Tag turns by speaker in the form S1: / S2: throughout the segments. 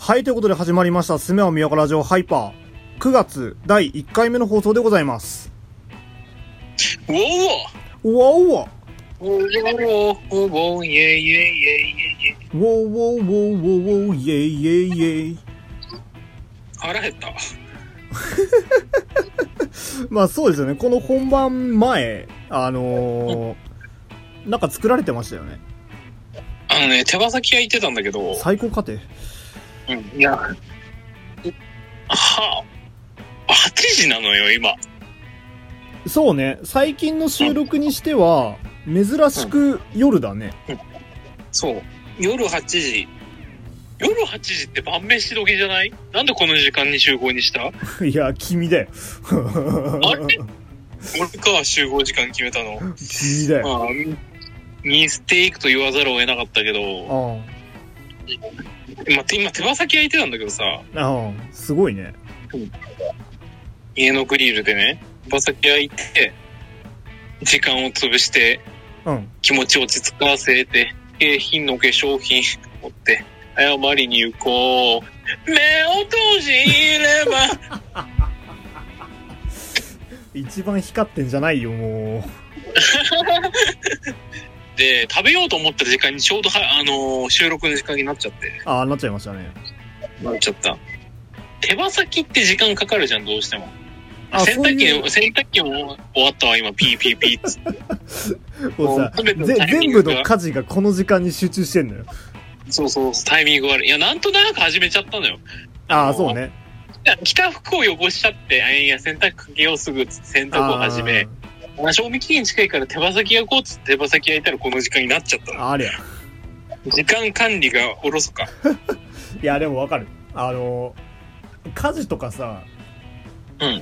S1: はい、ということで始まりました、すめはみやかラジオハイパー。9月第1回目の放送でございます。
S2: ウォー
S1: うわうわ
S2: ウォーウォーウォーウォーウォーイェイイェイイェイイェイイェイ
S1: うわうわうわうわうわイェイイェイイェイ。
S2: 腹減った。
S1: まあそうですよね、この本番前、あのー、 なんか作られてましたよね。
S2: あのね、手羽先が言ってたんだけど、
S1: 最高家庭。
S2: うん、いや、は、8時なのよ、今。
S1: そうね、最近の収録にしては、珍しく夜だね。
S2: そう。夜8時。夜8時って晩飯時じゃないなんでこの時間に集合にした
S1: いや、君だよ。
S2: あれ俺か、集合時間決めたの。
S1: 君だよ。
S2: まあ、ミステイクと言わざるを得なかったけど、
S1: あ
S2: まあ、て今手羽先が言ってたんだけどさ、
S1: あ、ああ、すごいね。
S2: 家のグリルでね、馬先焼いて、時間を潰して、
S1: うん。
S2: 気持ち落ち着かせて、景品の化粧品持って、謝りに行こう。目を閉じれ ば、
S1: 一番光ってんじゃないよ、もう。
S2: で、食べようと思った時間にちょうどは、あのー収録の時間になっちゃって、
S1: ああ、なっちゃいましたね。
S2: なっちゃった。手羽先って時間かかるじゃん、どうしても。
S1: あ
S2: 洗濯機
S1: そうい
S2: 洗濯機も終わったわ、今、ピーピーピーっつって。
S1: もうさ
S2: もう全ての
S1: ぜ
S2: タイミ
S1: 全
S2: ン
S1: 部
S2: グが
S1: の家事がこの時間に集中してんのよ。
S2: そうそう、タイミング悪い。いや、なんとなく始めちゃったのよ。
S1: ああ、そうね。
S2: 着た服を汚しちゃって、あいや、洗濯かけようすぐっつって洗濯を始め、まあ、賞味期限近いから手羽先がこうっつって手羽先焼いたらこの時間になっちゃった
S1: あ
S2: の
S1: あ。あれや。
S2: 時間管理がおろそか。
S1: いや、でもわかる。あの、家事とかさ、
S2: うん。
S1: い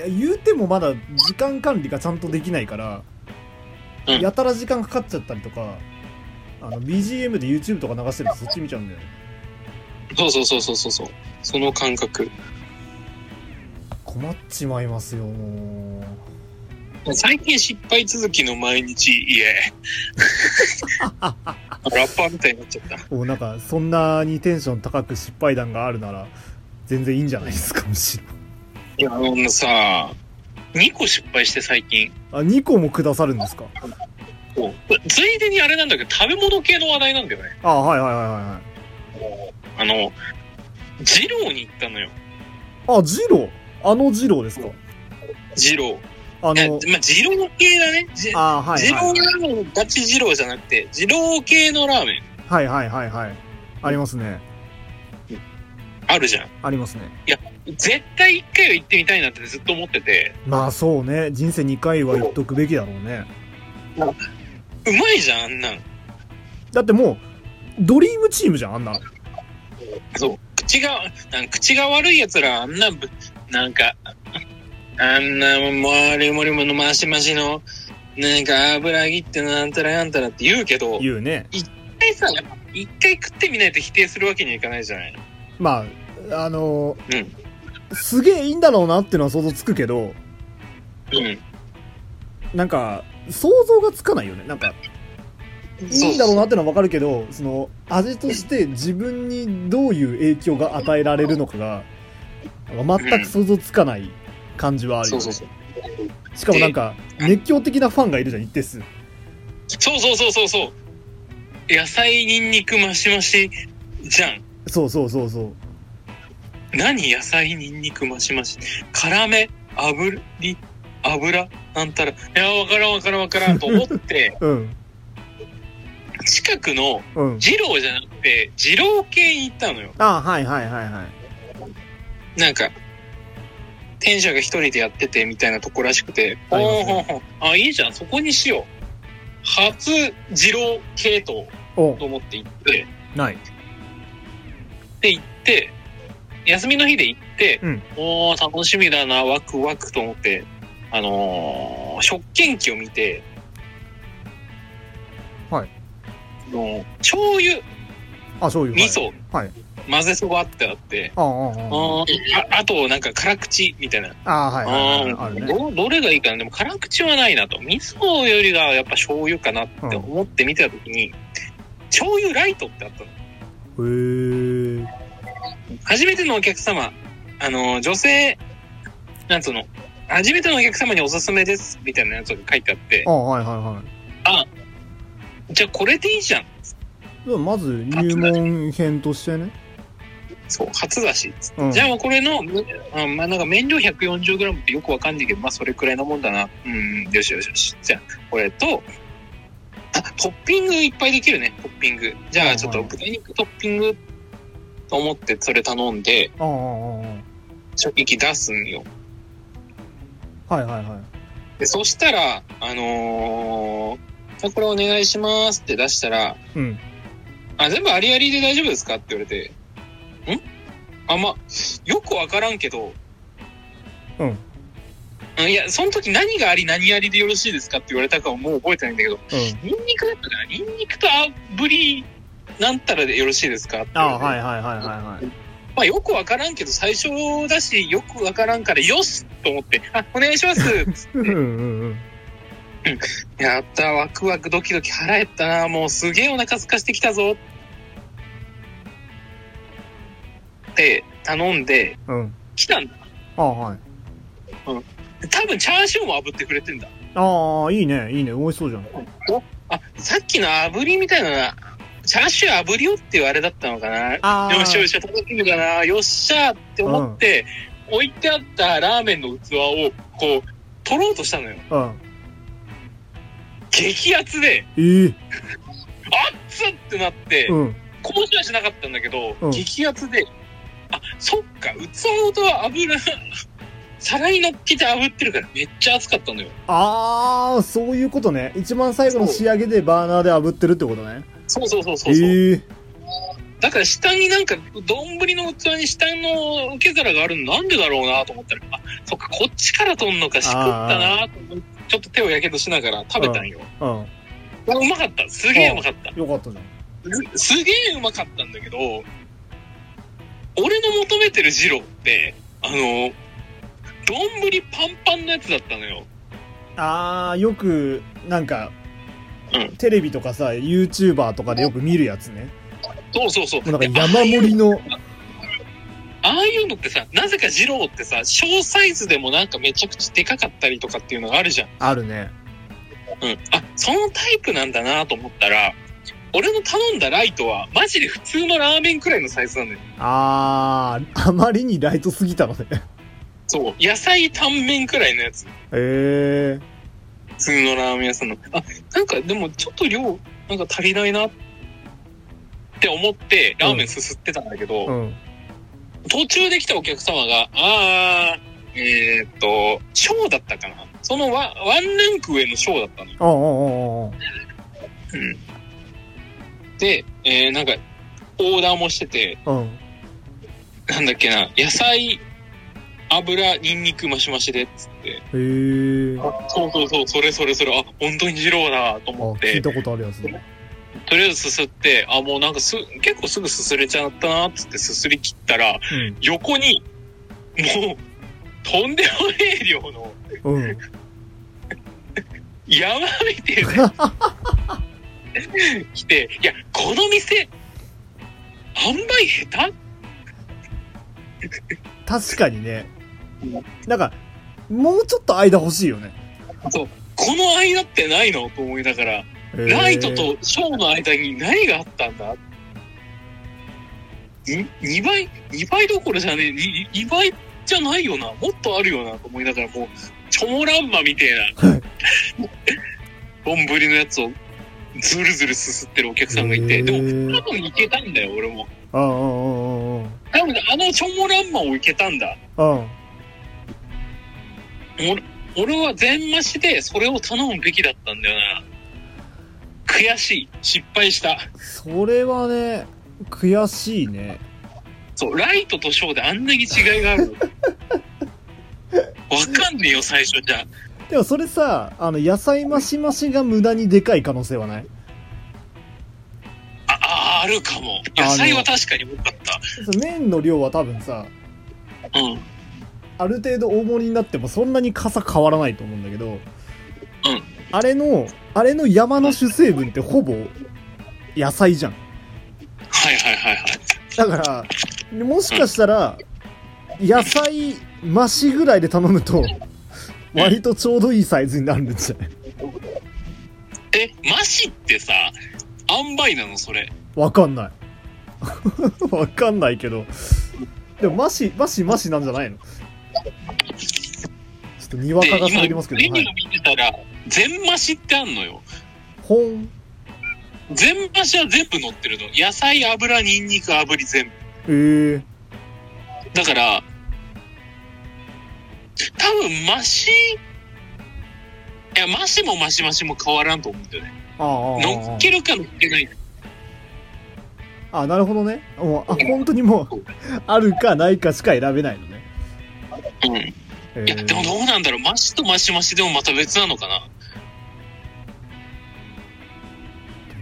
S1: や言うてもまだ時間管理がちゃんとできないから、
S2: うん
S1: やたら時間かかっちゃったりとか、あの、BGM で YouTube とか流してるとそっち見ちゃうんだよね。
S2: そうそうそうそうそうそう。その感覚。
S1: 困っちまいますよ、もう。
S2: 最近失敗続きの毎日家。ラッパーみたいになっちゃった。
S1: もうなんか、そんなにテンション高く失敗談があるなら、全然いいんじゃないですか、むしろ。
S2: いや、あのさ、2個失敗して最近。
S1: あ、2個もくださるんですか
S2: こうついでにあれなんだけど、食べ物系の話題なんだよね。
S1: あ、はいはいはいは
S2: あの、二郎に行ったのよ。
S1: いはい。あ、ジローあのジローですか
S2: 二郎。
S1: あ
S2: えま
S1: の、
S2: あ、二郎系だね。じ
S1: あ、はい
S2: 二
S1: は
S2: 郎
S1: い。
S2: ラーメン、ガチ二郎じゃなくて、二郎系のラーメン
S1: はいはいはいはい。ありますね。
S2: あるじゃん。
S1: ありますね。
S2: 絶対一回は行ってみたいなってずっと思ってて、
S1: まあそうね。人生2回は言っとくべきだろうね。
S2: うまいじゃん、あんなん。
S1: だってもう、ドリームチームじゃん、あんなの。
S2: そう。口が、なんか口が悪い奴ら、あんなぶ、なんか、あんな、もりもりものマシマシの、なんか油切ってなんたらやんたらって言うけど、一
S1: 言うね。
S2: 回さ、一回食ってみないと否定するわけにはいかないじゃない。
S1: まあ、あの、
S2: うん
S1: すげえいいんだろうなっていうのは想像つくけど、
S2: うん。
S1: なんか、想像がつかないよね。なんか、いいんだろうなってのはわかるけど、その、味として自分にどういう影響が与えられるのかが、全く想像つかない感じはあるよ、
S2: そう
S1: ね
S2: そうそう。
S1: しかもなんか、熱狂的なファンがいるじゃん、一定数。
S2: そうそうそうそうそう。野菜、ニンニク、マシマシじゃん。
S1: そうそうそうそう。
S2: 何野菜、ニンニク、マシマシ。辛め、炙り、油、なんたら。いや、わからんわからんわからんと思って、
S1: うん、
S2: 近くの
S1: うん。
S2: 二郎じゃなくて、二郎系に行ったのよ。
S1: ああ、はいはいはいはい。
S2: なんか、店主が一人でやっててみたいなとこらしくて。
S1: あります
S2: お
S1: ね
S2: ーほんほん。あ、いいじゃん。そこにしよう。初、二郎系統
S1: お
S2: と思って行って。
S1: ない。
S2: で行って、休みの日で行って、
S1: うん
S2: おー楽しみだな、ワクワクと思って、あのー食券機を見て、
S1: はい。
S2: あのー醤油、
S1: あ、醤油。
S2: 味
S1: はい。
S2: 噌、
S1: はい。
S2: 混ぜそばってあって、
S1: ああ、
S2: あ
S1: あ
S2: ーああと、なんか辛口みたいな。
S1: あ、ああ、はいはいはい。あ
S2: あー
S1: るね。
S2: どどれがいいかな。でも辛口はないなと。味噌よりはやっぱ醤油かなって思って見てた時に、醤油ライトってあったの。
S1: へえ。
S2: 初めてのお客様、あの、女性、なんつうの、初めてのお客様におすすめです、みたいなやつが書いてあって
S1: あ、はいはいは
S2: じゃあこれでいいじゃん。
S1: いでもまず入門編としてね、
S2: そう、初だし。つって
S1: うん
S2: じゃあもうこれの、うんまあなんか麺量 140g ってよくわかんないけど、まあそれくらいのもんだな。うん、よしよしよし。じゃあこれと、あ、トッピングいっぱいできるね、トッピング。じゃあちょっと豚肉トッピングと思ってそれ頼んで、
S1: あああああ
S2: 衝撃出すんよ。
S1: あはいはいはい
S2: で、そしたら、あのーじゃあこれお願いしますって出したら、
S1: うん
S2: あ、全部ありありで大丈夫ですかって言われて、んあ、まあ、よくわからんけど、
S1: うん
S2: うん。いや、その時何があり何ありでよろしいですかって言われたかはもう覚えてないんだけど、
S1: うん
S2: ニンニクだったかなニンニクと炙りなんたらでよろしいですかって言わ
S1: ああはい
S2: れて
S1: はいはいはいはい
S2: まあよくわからんけど、最初だし、よくわからんから、よしと思って、あ、お願いします
S1: うんうんうん
S2: やったー、ワクワクドキドキ腹減ったなー、もうすげえお腹空かしてきたぞ。って頼んで、
S1: うん
S2: 来たんだ。
S1: ああはい
S2: 多分チャーシューも炙ってくれてんだ。
S1: ああいいねいいね美味しそうじゃん
S2: あ、さっきの炙りみたいなのは、チャーシュー炙りよっていうあれだったのかな。よ
S1: ああ
S2: しよし、届けるかな。よっしゃーって思って、置いてあったラーメンの器を、こう、取ろうとしたのよ。
S1: うん
S2: 激熱で、
S1: ええ
S2: 熱っってなって、
S1: うん
S2: 工事はしなかったんだけど、
S1: うん
S2: 激アツで、あ、そっか、器ごと油、 皿に乗っけて炙ってるからめっちゃ熱かったのよ。
S1: ああそういうことね一番最後の仕上げでバーナーで炙ってるってことね
S2: そうそうそうそうそう。
S1: ええ
S2: だから下になんか、丼の器に下の受け皿があるのなんでだろうなと思ったら、あ、そっか、こっちから取んのか、しくったなと思って、ちょっと手をやけどしながら食べたんよ。
S1: うん
S2: うまかった。すげえうまかった。
S1: よかったじゃん
S2: すすげえうまかったんだけど、俺の求めてるジローって、あの、丼パンパンのやつだったのよ。
S1: ああよくなんか、
S2: うん
S1: テレビとかさ YouTuber とかでよく見るやつね
S2: そうそうそう。
S1: もうなん
S2: で
S1: か山盛りの
S2: ああいうのってさ、なぜかジローってさ、小サイズでもなんかめちゃくちゃでかかったりとかっていうのがあるじゃん。
S1: あるね
S2: うん。あ、そのタイプなんだなと思ったら、俺の頼んだライトは、マジで普通のラーメンくらいのサイズなんだよ。
S1: あーあまりにライトすぎたのね へ
S2: そう。野菜タンメンくらいのやつ。
S1: え
S2: 普通のラーメン屋さんの。あ、なんかでもちょっと量、なんか足りないなって思って、ラーメンすすってたんだけど、
S1: うん
S2: 途中で来たお客様が、あー、えーっと、小だったかな。そのワワンランク上の小だったのよ。
S1: あああああ
S2: で、えー、なんか、オーダーもしてて、
S1: あうん
S2: なんだっけな、野菜、油、ニンニク、マシマシで、つって。
S1: へえあ
S2: そうそうそう、それそれそれ、あ、本当に二郎だ、と思っ
S1: 聞
S2: て
S1: い。たことあるやつだ
S2: とりあえずすすって、あ、もうなんかす、結構すぐすすれちゃったな、っつってすすり切ったら、横に、もう、とんでもねえ量の
S1: うんうん
S2: 山みてえで来て、いや、この店、販売下手
S1: 確かにねなんかもうちょっと間欲しいよね
S2: この間ってないのと思いながら、
S1: へー
S2: ライトとショーの間に何があったんだに ?2 倍、2倍どころじゃねえ、に 2, 倍じゃないよな、もっとあるよなと思いながら、もう、チョモランマみたい
S1: はい
S2: な、丼のやつをずるずるすすってるお客さんがいて、で
S1: へ
S2: も、
S1: ー
S2: 多分いけたんだよ、俺も。
S1: あああああ
S2: 多分あのチョモランマをいけたんだ。
S1: あああ
S2: 俺俺は全増しでそれを頼むべきだったんだよな。悔しい。失敗した。
S1: それはね悔しいね
S2: そう、ライトとショーであんなに違いが ある。わかんねえよ、最初じゃ。
S1: でもそれさあの野菜マシマシが無駄にでかい可能性はない
S2: あ、あ、あるかも。
S1: あの
S2: 野菜は確かに多かっ
S1: その麺の量は多分さ
S2: た。うん。
S1: ある程度大盛りになってもそんなに傘変わらないと思うんだけど、あれのあれの山の主成分ってほぼ野菜じゃん
S2: はいはいはいはい。
S1: だからでもしかしたら、野菜増しぐらいで頼むと、割とちょうどいいサイズになるんじゃない
S2: え、マシってさ、塩梅なのそれ。
S1: わかんない。 わかんないけど。でも、マシ、マシ、マシなんじゃないのちょっとにわ
S2: で、
S1: かが
S2: 今、
S1: 入
S2: メ
S1: りますけど、は
S2: ニュー
S1: い。
S2: 見てたら、全マシってあんのよ。
S1: ほん。
S2: 全マシは全部乗ってるの。野菜、油、ニンニク、炙り全部。
S1: えー、
S2: だから、多分マシ、いや、マシもマシマシも変わらんと思うんだよね。
S1: あああ
S2: 乗っけるか乗っけないか。
S1: ああ、なるほどね。もう、あ、本当にもう、あるかないかしか選べないのね。
S2: うん。い
S1: え
S2: や、でもどうなんだろう。マシとマシマシでもまた別なのかな。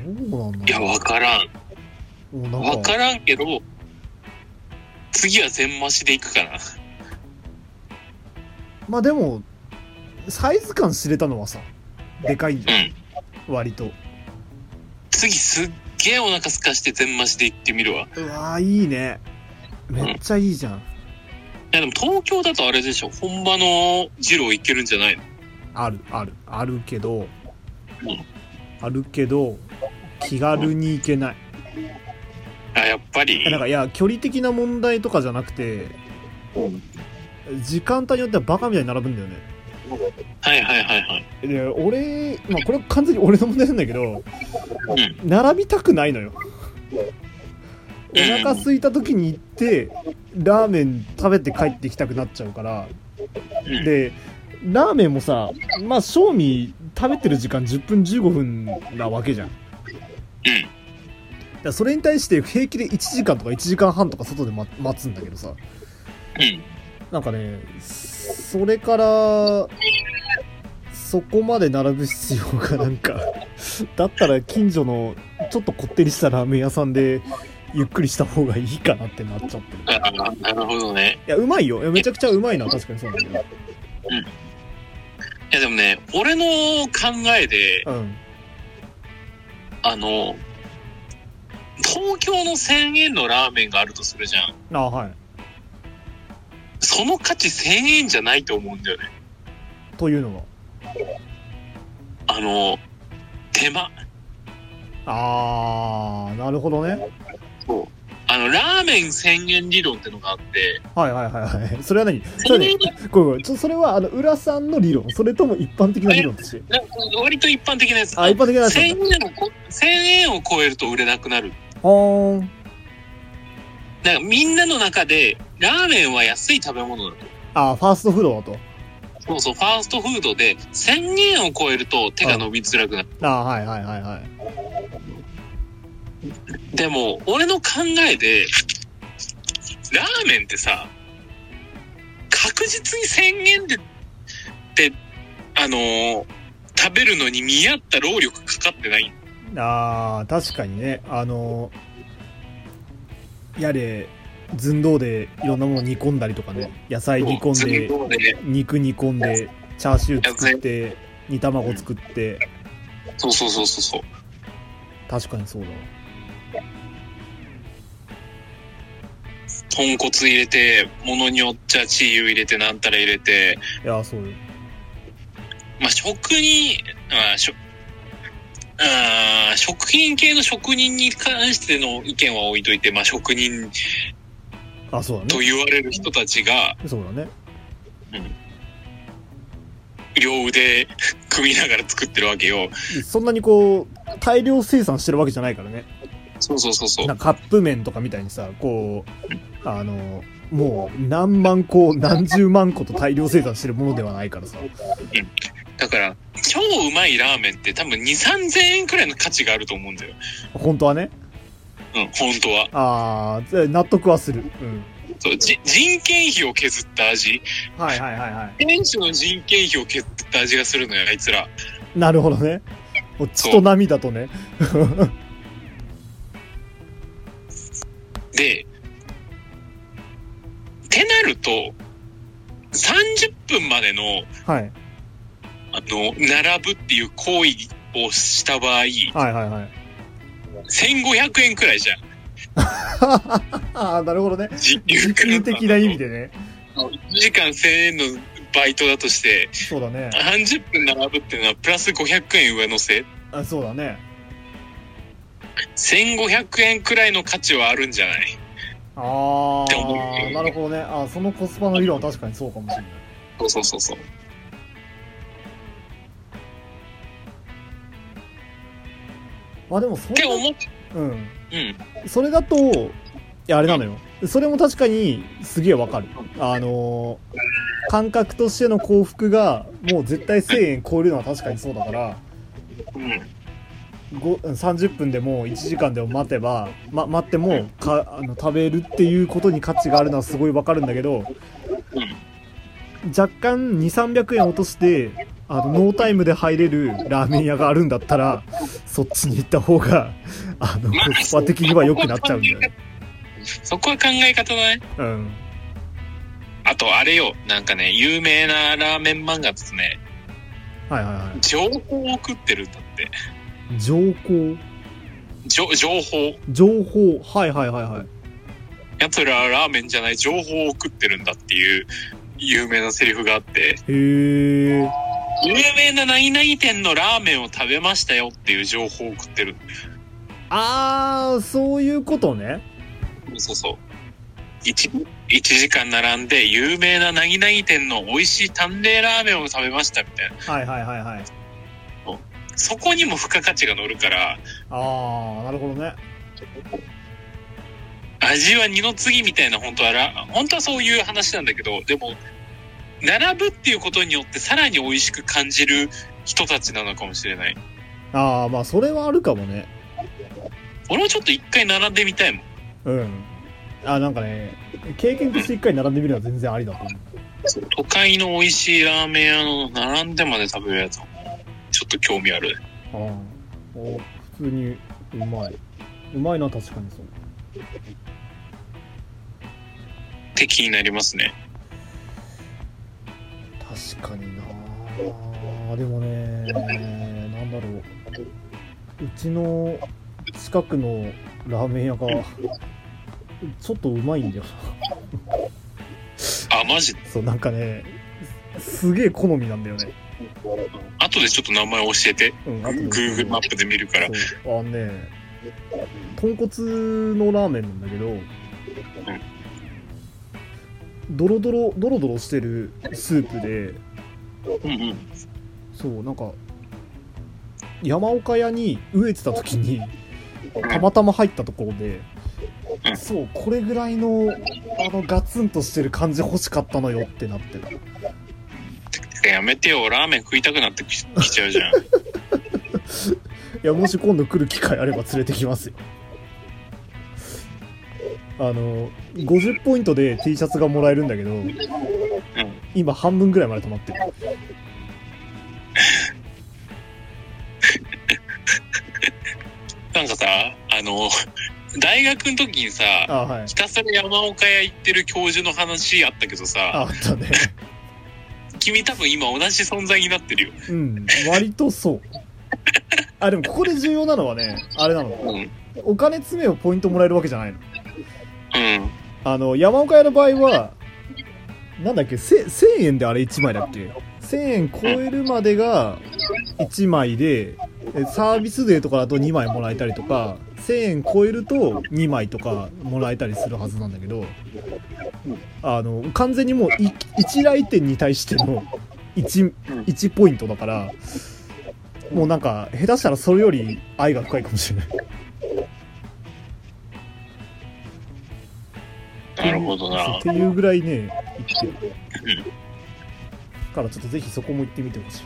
S1: ー、どうなん
S2: い
S1: だ
S2: や、
S1: ろ
S2: わからん。
S1: う。もうな
S2: わ
S1: ん
S2: か
S1: か、
S2: らんけど、次は全マシでいくかな。
S1: まあでも、サイズ感知れたのはさ、でかいんじゃん。
S2: うん。
S1: 割と。
S2: 次すっげえお腹すかして全マシでいってみるわ。いう
S1: わーいいね。めっちゃいいじゃん。
S2: やでも東京だとあれでしょ、本場の二郎いけるんじゃないの
S1: ある、ある、あるけど
S2: うん、
S1: あるけど、気軽に行けない。
S2: あ、やっぱり
S1: え。なんか、いや、距離的な問題とかじゃなくて、時間帯によってはバカみたいに並ぶんだよね。
S2: はいはいはいはい。
S1: で、俺、まあこれ完全に俺の問題なんだけど、並びたくないのよ。お
S2: うん
S1: 腹空いた時に行って、ラーメン食べて帰ってきたくなっちゃうから、
S2: うん
S1: で、ラーメンもさ、まあ、正味食べてる時間10分15分なわけじゃん。
S2: うん。
S1: だからそれに対して平気で1時間とか1時間半とか外で待待つんだけどさ
S2: うん。
S1: なんかねそれからそこまで並ぶ必要が なんかだったら近所のちょっとこってりしたラーメン屋さんでゆっくりした方がいいかなってなっちゃってるい
S2: あなるほどね。
S1: やうまいよいやめちゃくちゃうまいのは確かにそうなんだけ
S2: いやでもね、俺の考えで、
S1: どうん
S2: あの、東京の1000円のラーメンがあるとするじゃん。
S1: あはい
S2: その価値1000円じゃないと思うんだよね。
S1: というのは
S2: あの、手間。
S1: あーなるほどね
S2: あの、ラーメン1000円理論ってのがあって、
S1: はいはいはいはいそれは何それは何ごめんごめんちょそれはあの浦さんの理論それとも一般的な理論として
S2: なんか割と一般的なやつ。
S1: あ、一般的なやつなんだ。
S2: 1000円をこ1000円を超えると売れなくなる。
S1: ほーん。
S2: なんかみんなの中で、ラーメンは安い食べ物だと。
S1: あ、ファーストフードだと。
S2: そうそう、ファーストフードで、1000円を超えると手が伸びづらくなる。
S1: あ、はいはいはいはい。
S2: でも、俺の考えで、ラーメンってさ、確実に1000円で、って、あのー食べるのに見合った労力かかってない。
S1: あー、確かにね。あのー、やれ、寸胴でいろんなもの煮込んだりとかね。野菜煮込んで、
S2: んで、
S1: 肉煮込んで、チャーシュー作って、煮卵作って、
S2: そうそうそうそうそう。
S1: 確かにそうだわ。
S2: 豚骨入れて、ものによっちゃチー油入れて、なんたら入れて、
S1: いやー、そうよ。
S2: まあ、食に、まあ、しょあー食品系の職人に関しての意見は置いといて、まあ、職人
S1: あ、そうだ
S2: と
S1: ね。
S2: 言われる人たちが
S1: そうだね。
S2: 両腕組みながら作ってるわけよ。
S1: そんなにこう、大量生産してるわけじゃないからね。
S2: そうそうそうそう。
S1: なんかカップ麺とかみたいにさこうあのもう何万個何十万個と大量生産してるものではないからさ
S2: だから、超うまいラーメンって多分2、3000円くらいの価値があると思うんだよ。
S1: 本当はね
S2: うん、本当は。
S1: ああ納得はするうん
S2: そうじ人件費を削った味。
S1: はいはいはいは
S2: 店主の人件費を削った味がするのよ、あいつら。
S1: いなるほどねもう血と涙とね
S2: で、ってなると、30分までの、
S1: はい
S2: あの、並ぶっていう行為をした場合、
S1: はいはいはい
S2: 1500円くらいじゃん。
S1: ああ、なるほどね。
S2: 時給
S1: 時給的な意味でね。
S2: 1時間1000円のバイトだとして、
S1: そうだね。
S2: 30分並ぶっていうのはプラス500円上乗せ。
S1: あそうだね。
S2: 1500円くらいの価値はあるんじゃない
S1: あ
S2: って思う
S1: あ、なるほどね。あーそのコスパの理論は確かにそうかもしれない。
S2: そうそうそうそう。
S1: まあでもそん
S2: って
S1: な、
S2: 思っ
S1: うん。
S2: うん。
S1: それだと、いや、あれなのよ。それも確かに、すげえわかる。あのー感覚としての幸福が、もう絶対1000円超えるのは確かにそうだから、
S2: うん。
S1: ご30分でも1時間でも待てば、ま、待ってもかあの食べるっていうことに価値があるのはすごいわかるんだけど若干2300円落としてあのノータイムで入れるラーメン屋があるんだったらそっちに行った方があのコ
S2: まあ
S1: スパ的には良くなっちゃうんだよね。
S2: そこは考え方だね。
S1: うん、
S2: あと、あれよ。なんかね、有名なラーメン漫画ですね。
S1: はいはいは
S2: 情報を食ってるんだって。
S1: い情報
S2: 情情報。
S1: 情報はいはいはいはい
S2: 奴らはラーメンじゃない情報を食ってるんだっていう有名なセリフがあって、
S1: へえ
S2: 有名な何々店のラーメンを食べましたよっていう情報を食ってる。
S1: あーそういうことね
S2: そうそう。一一時間並んで有名な何々店の美味しい淡麗ラーメンを食べましたみたいな。
S1: はいはいはいはい
S2: そこにも付加価値が乗るから、
S1: ああなるほどね
S2: 味は二の次みたいな本当はラ、本当はそういう話なんだけど、でも、並ぶっていうことによってさらに美味しく感じる人たちなのかもしれない。
S1: ああまあそれはあるかもね
S2: 俺もちょっと一回並んでみたいもん。
S1: うんあなんかね経験として一回並んでみるのは全然ありだと思う
S2: 都会の美味しいラーメン屋の並んでまで食べるやつもちょっと興味ある
S1: ああお普通にうまいうまいな確かにそう
S2: って気になりますね
S1: 確かになあでもねなんだろううちの近くのラーメン屋がちょっとうまいんだよ
S2: あマジで
S1: なそうなんかねすすげえ好みなんだよね
S2: 後でちょっと名前教えて
S1: うん後で
S2: Google マップで見るから
S1: そうあのね豚骨のラーメンなんだけどドロドロドロドロしてるスープで
S2: うんうん
S1: そうなんか山岡屋に植えてた時にたまたま入ったところでそうこれぐらいのあのガツンとしてる感じ欲しかったのよってなってた
S2: やめてよラーメン食いたくなってききちゃうじゃん
S1: いやもし今度来る機会あれば連れてきますよあの50ポイントで T シャツがもらえるんだけど今半分ぐらいまで止まってる
S2: なんかさあの大学の時にさ
S1: あはい
S2: ひたすら山岡屋行ってる教授の話あったけど
S1: あ
S2: さ
S1: あったね
S2: 君多分今同じ存在になってるよ
S1: うん割とそうあでもここで重要なのはねあれなの
S2: うんうん
S1: お金詰めをポイントもらえるわけじゃないのあの山岡屋の場合はなんだっけせ1000円であれ1枚だっけ1000円超えるまでが1枚でえサービスデーとかだと2枚もらえたりとか1000円超えると2枚とかもらえたりするはずなんだけどあの完全にもうい1来店に対しての 1, 1ポイントだからもうなんか下手したらそれより愛が深いかもしれない
S2: なるほど
S1: そう
S2: な
S1: っていうぐらいね 行ってるだからちょっとぜひそこも行ってみてほしい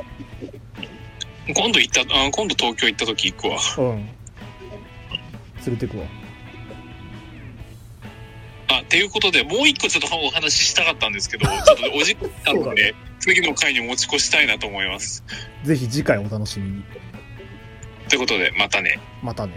S2: 今度行ったあ今度東京行った時行くわ
S1: うん連れてくわ
S2: あ、っていうことで、もう一個ちょっとお話ししたかったんですけど、ちょっとお時間ある
S1: そうだ
S2: ので、次の回に持ち越したいなと思います。
S1: ぜひ次回お楽しみに
S2: ということで、またね。
S1: またね